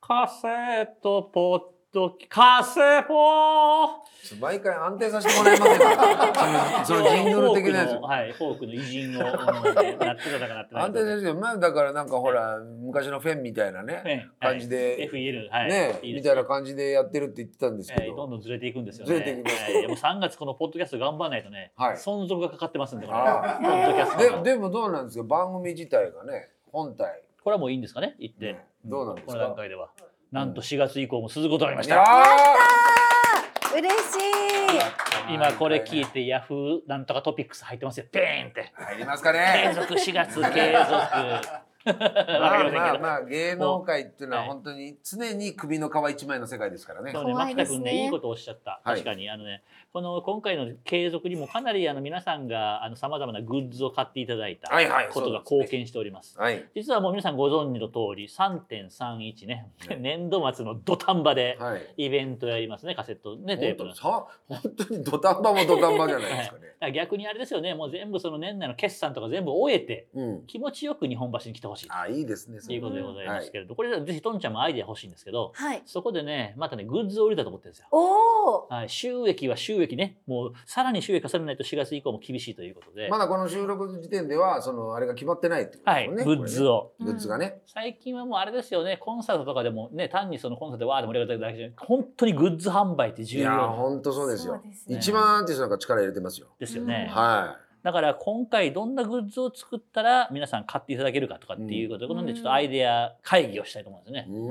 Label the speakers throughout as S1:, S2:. S1: カセットポッドカセポー
S2: ちょ毎回安定させてもらえません かそのそのジングル的なや
S1: フォークの
S2: つ
S1: はい、フォークの偉人を、うんやってただかなってな
S2: 安
S1: い
S2: 定
S1: と
S2: させてよまあだからなんかほら昔のフェンみたいなね
S1: ねはい
S2: 感じで
S1: FEL、はい、
S2: ね
S1: いいで
S2: み
S1: す
S2: たいな感じでやってるって言ってたんですけ
S1: えーど
S2: ど
S1: んどんずれていくんですよね。
S2: ずれていきます
S1: はいやもう3月このポッドキャスト頑張らないとね、
S2: はい
S1: 存続がかかってますんで、これ
S2: あ
S1: ポッドキャストの
S2: ででもどうなんですか番組自体がね本体
S1: これはもういいんですかね、言って。
S2: ねどうなんですか
S1: この段階では。なんと4月以降も続くことがありまし
S2: いや
S1: た。
S3: 嬉しい。
S2: ー
S1: 今これ聞いてヤフーなんとかトピックス入ってますよ。ペーンって。
S2: 入りますか
S1: 継
S2: ね
S1: 続4月継続。わか
S2: まあ
S1: りませ
S2: ま
S1: ん
S2: あ
S1: けど。
S2: まあ芸能界っていうのは
S1: はい
S2: 本当に常に首の皮一枚の世界ですからね
S1: そうね、
S3: 怖
S1: 牧
S3: い
S1: 田
S3: ですね
S1: 君ね、いいことをおっしゃった。
S2: はい
S1: 確かに、あのね、この今回の継続にもかなりあの皆さんがあのさまざまなグッズを買っていただいた
S2: はいはい
S1: ことが
S2: そうで
S1: 貢
S2: すね
S1: 献しております。
S2: はい
S1: 実はもう皆さんご存知の通り、3.31ね、年度末の土壇場で
S2: はい
S1: イベントやりますね、カセットね、テ
S2: 本
S1: ープの
S2: 当。さ本当に土壇場も土壇場じゃない ですかね
S1: だから逆にあれですよね、もう全部その年内の決算とか全部終えて、
S2: うん
S1: 気持ちよく日本橋に来てほしい
S2: あいいですねそ
S1: とい
S2: れ
S1: うことでございますけれど、これぜひとんちゃんもアイデア欲しいんですけど、
S3: はい。
S1: そこでね、またね、グッズを売れたと思ってるんですよ。
S3: おお。
S1: はい、収益は収益ね、もうさらに収益重ねないと4月以降も厳しいということで、
S2: まだこの収録時点ではそのあれが決まってないってこと
S1: は
S2: で
S1: い、
S2: す
S1: グ
S2: もんね、
S1: ッズ
S2: を
S1: を。
S3: うん
S2: グッズがね、
S1: 最近はもうあれですよね、コンサートとかでもね、単にそのコンサートでわーって盛り上がっただけじゃなくて、本当にグッズ販売って重
S2: いやー
S1: 要
S2: ほんとそうですよ
S3: そうですね
S2: 一番アーティストなんか力入れてますよ
S1: ですよね。
S2: は
S1: だから今回どんなグッズを作ったら皆さん買っていただけるかとかっていうことで、
S3: うん
S1: このねちょっとアイデア会議をしたいと思うんですよ
S2: い、
S1: ね。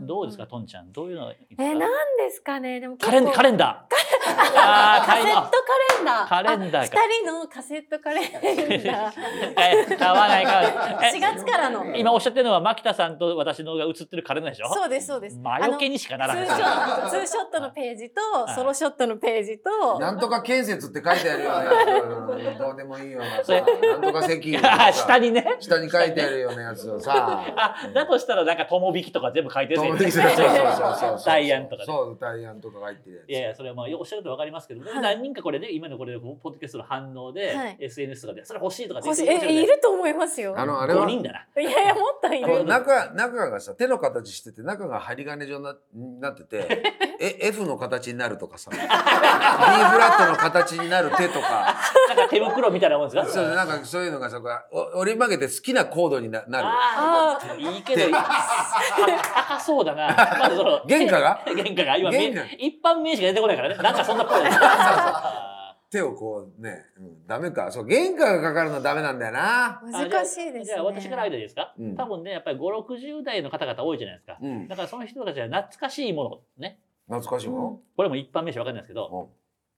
S2: うん
S1: どうですか、。とんちゃん、どういうのがいい
S3: え、
S1: ですか
S3: なんですかね。でも結構。
S1: カレンカレンダー。あー
S3: カ
S1: カ
S3: セ
S1: レン
S3: ッ
S1: ダー
S3: トカレンダー。
S1: カレンダーか
S3: あ二人のカセットカレンダー。
S1: え 買わない買わ ない。え
S3: 4月からの。
S1: 今おっしゃってるのは牧田さんと私のが映ってるカレンダーでしょ
S3: そうですそうです。
S1: 魔除けにしかな
S3: あ
S1: ら
S3: の
S1: な
S3: ツ
S1: い
S3: ーショットツーショットのページと
S1: はい
S3: ソロショットのページと。
S2: なんとか建設って書いてあるよねどうでもいいような
S1: そ
S2: さ
S1: れ
S2: なんとか石油とか
S1: あー
S2: さ
S1: 下にね
S2: 下に書いてあるようなやつ をさ
S1: あだとしたらなんか友引きとか全部書いてる
S2: そう
S1: ね
S2: そうそうそうそう
S1: ダイアンとかね
S2: そうダイアンとか書いてる
S1: いやい
S2: や
S1: やそれはまあおっしゃるとわかりますけど、でも
S3: はい
S1: 何人かこれね今のこれポッドキャストの反応で、
S3: はい
S1: SNS とかでそれ欲しいとかって
S3: 欲しい
S1: 言って
S3: えいると思いますよ
S2: つあ。のあれ
S1: 5
S2: は
S1: 人だな。
S3: いやいやもっとい
S2: こう
S3: る。
S2: 中中がさ手の形してて中が針金状にななってて え F の形になるとかさ B フラットの形になる手とか
S1: なんか手袋みたいなもんですか。
S2: そうなんかそういうのがさこうお折り曲げて好きなコードにななる
S1: ああいいけど高そうだな。まずその
S2: 原価が
S1: 原価が今め
S2: 原価
S1: 一般名詞が出てこないからね。なんかそんなっぽいよね。あ
S2: 手をこうね、うん、ダメかそう原価がかかるのダメなんだよな
S1: ー
S3: 難しいですね。
S1: じゃあじゃあ私からアイデアいいですか。
S2: うん
S1: 多分ねやっぱり5、60代の方々多いじゃないですか。
S2: うん
S1: だからその人たちは懐かしいものね。
S2: 懐かしいも
S1: これも一般名詞わかんないですけど、
S2: の、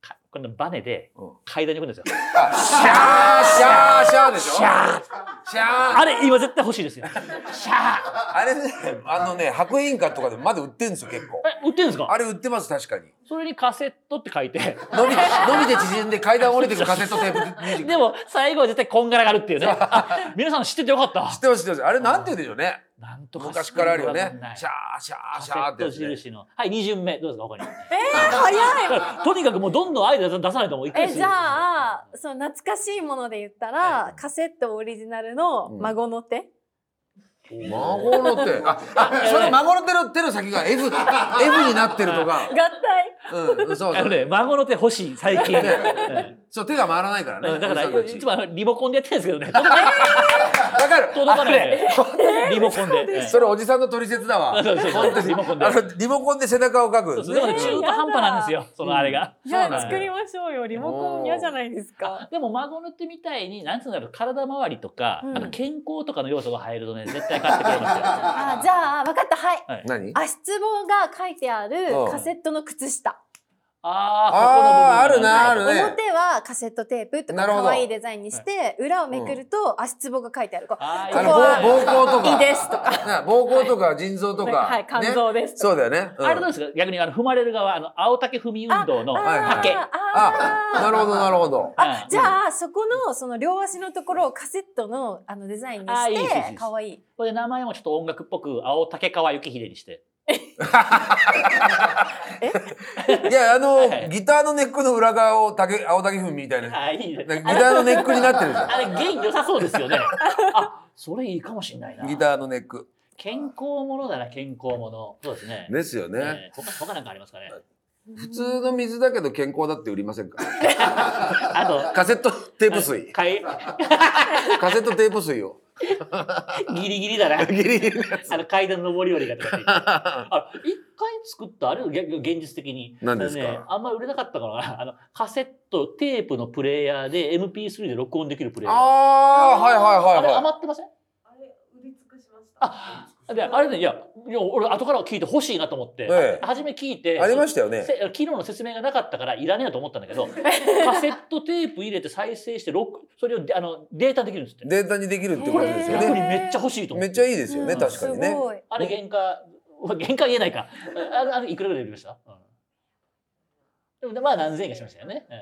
S1: かこのバネで
S2: うんうん、
S1: 階段に行くんですよ。
S2: あシャーシャーシャーでしょ
S1: シャー
S2: シャー
S1: あれ今絶対欲しいですよ。シャー
S2: あれねあのね白銀館とかでまだ売ってんですよ結構
S1: え売ってるんです
S2: あ
S1: か
S2: れ売ってます確かに
S1: それにカセットって書いて
S2: 伸び伸びて縮んで階段降りてくカセットテープミュージック
S1: でも最後は絶対こんがらがるっていう ねあ皆さん知っててよかった
S2: 知ってます知ってますあれなんて言うんでしょうね
S1: なんとか
S2: 昔からあるよね
S1: はい
S2: シャーシャ
S1: カ
S2: ーシ
S1: セ
S2: ャー
S1: ッ
S2: って
S1: ト
S2: やつね
S1: 印のはい二巡目どうですか他に
S3: えー早い。
S1: とにかくもうどんどんアイデア出さないともう一回
S3: えじゃあその懐かしいもので言ったら、
S1: はい
S3: カセットオリジナルの
S2: うん
S3: 孫の手、
S2: 孫の手ああその孫の手の手の先 が F, F になってるとか
S3: 合体
S2: うんそう
S1: あ
S2: そ
S1: の
S2: う
S1: ね孫の手欲しい最近うん
S2: そう手が回らないから
S1: う
S2: ね
S1: んだから
S2: わ
S1: いつもあのリモコンでやってるんですけどね届かない
S2: かる
S1: 届かない リモコンでうん
S2: それおじさんの取説だわ
S1: そうそうそう
S2: 本当に
S1: リモコンで
S2: あのリモコンで背中を描く
S1: そうそうだから中途半端なんですよそのあれが
S3: じゃ
S2: そうな
S3: あ
S2: んだ
S3: 作りましょうよリモコン嫌じゃないです
S1: あ
S3: か
S1: でも孫の手みたいになんつうんだろう体周りとか、
S3: うん
S1: あと健康とかの要素が入るとね絶対買ってくれますよ。
S3: あじゃあ分かったはい
S2: 何
S3: 足つぼが書いてある
S2: うん
S3: カセットの靴下、
S1: あー
S2: あー
S1: そこの部分が
S2: あるなあるね
S3: 表はカセットテープと
S2: な
S3: か
S2: るほど
S3: 可愛いデザインにして、裏をめくると足つぼが書いてあるこう
S1: あー
S2: あ
S3: こ
S2: の
S3: こは
S2: ぼ膀胱とか
S3: 胃ですとか
S2: な膀胱とか腎臓とか、
S3: はい肝臓
S2: ね、
S3: ですとか、
S2: そうだよね、うん
S1: あれどうですか逆にあの踏まれる側あの青竹踏み運動の
S2: はいはい
S3: あ
S1: 竹。
S3: ーあ
S2: あ
S3: ー
S2: なるほどなるほど
S1: あ
S3: じゃあそこのその両足のところをカセットのあのデザインに
S1: あいいですいいで
S3: し
S1: す
S3: て可愛い
S1: これで名前もちょっと音楽っぽく青竹川幸秀にして。
S2: いやあの
S1: はい
S2: ギターのネックの裏側を竹青竹粉みたいな
S1: あーいいね
S2: なギターのネックになってるじ
S1: あれ元気良さそうですよね。あそれいいかもしれない
S2: ゃ
S1: な。
S2: んギターのネック
S1: 健康ものだな健康ものそうですね
S2: ですよね。
S1: えー他他なんかありますか ね
S2: 普通の水だけど健康だって売りませんか
S1: あと
S2: カセットテープ水。
S1: かい
S2: カセットテープ水を。
S1: ギリギリだ な
S2: ギリギリのやつ
S1: あの階段上り下りがとかって言ってあの一回作ったあれ逆現実的に
S2: 何ですか
S1: あのねあんまり売れなかったから なあのカセットテープのプレイヤーで MP3 で録音できるプレイヤーあ,、
S2: ああ、は
S1: れ
S2: いはいはいは
S1: 余ってません
S4: あれ売り尽くしました。
S1: あであれねいやいや俺後から聞いて欲しいなと思って、
S2: ええ
S1: 初め聞い
S2: い。
S1: て
S2: ありましたよね。
S1: せ昨日の説明がなかったからいらねえなと思ったんだけ どカセットテープ入れて再生して録それをであのデータできるんですって
S2: データにできるってことですよ
S1: 逆に
S2: ね。
S1: めっちゃ欲しいと思
S2: め
S1: っ
S2: ってちゃいいですよね、
S3: うん
S2: 確かにね
S3: す。ごい
S1: あれ原価、原価言えないか。あれあれいくらぐらいで売りました、うん、でもまあ何千円かしましたよね、え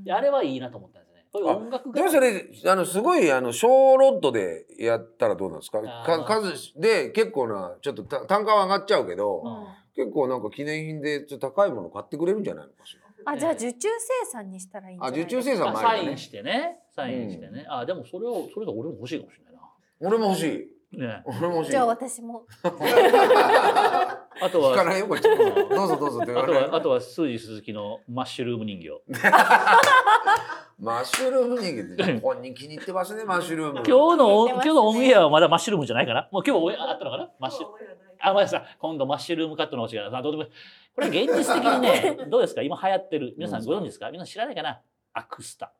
S1: えであれはいいなと思ったんですね。こういう音楽
S2: でもそれ、あの、すごい、あの、小ロッドでやったらどうなんですか
S1: あー
S2: か数で結構な、ちょっとた単価は上がっちゃうけ
S1: う
S2: ど、
S1: ん
S2: 結構なんか記念品でちょっと高いもの買ってくれるんじゃないのかし
S3: あじゃあ受注生産にしたらいいんじ
S2: ら。あ、
S3: ゃない
S2: 受
S3: です
S2: 注
S3: か
S2: 生産
S1: あ
S2: もあ
S1: サ
S2: るよ
S1: イ
S2: ね
S1: ン。してね。サインしてね。あ、でもそれを、それで俺も欲しいかもしれな
S2: 俺も欲しい。
S1: いな。ね
S2: 俺も欲しい。
S3: じゃあ
S2: 聞
S3: 私も
S1: え、あと
S2: か
S1: は、
S2: ないよ、こっち。どうぞどうぞって言
S1: あ
S2: わ
S1: と
S2: れる
S1: は、あとは、スージ鈴木のマッシュルーム人形。
S2: マッシュルーム人間って本人気に入ってますね、マッシュルーム。
S1: 今日の、
S3: 言っ
S1: 今
S3: てますね
S1: 日のオンエアはまだマッシュルームじゃないかな。もう今日オンエアあったのかな
S4: 今
S1: マッ
S4: 日
S1: シュ
S4: は。親ない
S1: あ、まやさん、今度マッシュルームカットのお時間だ。あどうでもいいこれ現実的にね、 どうですか今流行ってる。皆さんご存知ですか皆さん知らないかなアクスタ。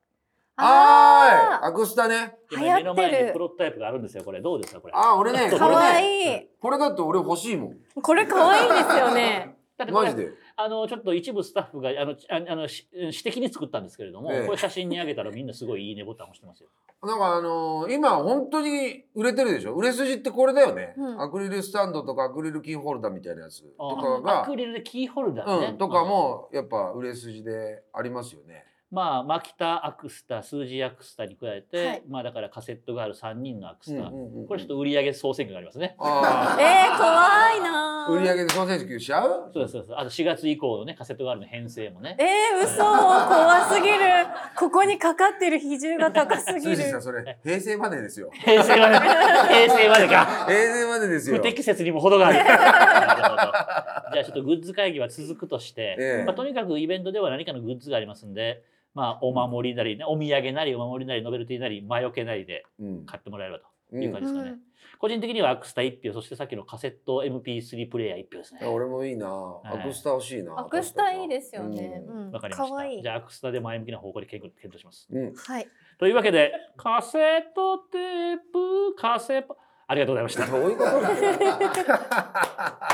S2: はーい
S3: あ
S2: アクスタね。
S1: 今
S3: 流行って
S1: 目
S3: る
S1: の前にプロトタイプがあるんですよ。これどうですかこれ。
S2: あー、俺ね、
S1: ちょ
S3: ー
S1: っと
S2: こ
S3: か
S2: れ
S3: わ
S2: ね、
S3: いい
S2: これだって俺欲しいもん。
S3: これかわいいですよね
S1: だってこれ
S2: マジで。
S1: あの、ちょっと一部スタッフが、あの、ちああの、し私的に作ったんですけれども、
S2: ええ
S1: これ写真にあげたらみんなすごいいいねボタン押してますよ。
S2: なんかあのー今本当に売れてるでしょ売れ筋ってこれだよね、
S3: うん
S2: アクリルスタンドとかアクリルキーホルダーみたいなやつとか
S1: ア
S2: が
S1: ク、リルでキーホルダーね。
S2: うん、とかもやっぱ売れ筋でありますよね。
S1: まあ、マキタアクスタ、数字アクスタに加えて、
S3: はい
S1: まあだからカセットがある3人のアクス
S2: うんう
S1: タ。
S2: んうんうん
S1: これちょっと売り上げ総選挙がありますね。
S2: あ
S3: えー、かわいいな
S2: あ
S3: ー
S2: 売り上げで総選挙しちゃう
S1: そうですそうです。あと4月以降のね、カセットガールの編成もね。
S3: えー、嘘怖すぎるここにかかってる比重が高すぎ
S2: 数字さん
S3: る
S2: それ平成までですよ。
S1: 平成 まで、平成までか。
S2: 平成までです
S1: 不
S2: よ。
S1: 適切にも程があ る。なるほどじゃあちょっとグッズ会議は続くとして、
S2: ええ
S1: まあ、とにかくイベントでは何かのグッズがありますんで、まあ、お守りなり、ね、お土産なり、お守りなり、ノベルティなり、魔除けなりで
S2: うん
S1: 買ってもらえれば
S2: う
S1: という感
S2: ん、
S1: じですかね。個人的にはアクスタ1票、そしてさっきのカセット MP3 プレイヤー1票ですね。
S2: 俺もいいな、
S1: い
S2: アクスタ欲しいな。
S3: アクスタいいですよね、
S2: う
S3: うんん
S1: わかりま
S3: か
S1: した。
S3: わいい
S1: じゃあアクスタで前向きな方向で検討検討します。
S2: うん、
S3: はい
S1: というわけで、カセットテ ープ、カセパ、ありがとうございました。
S2: どういうことだ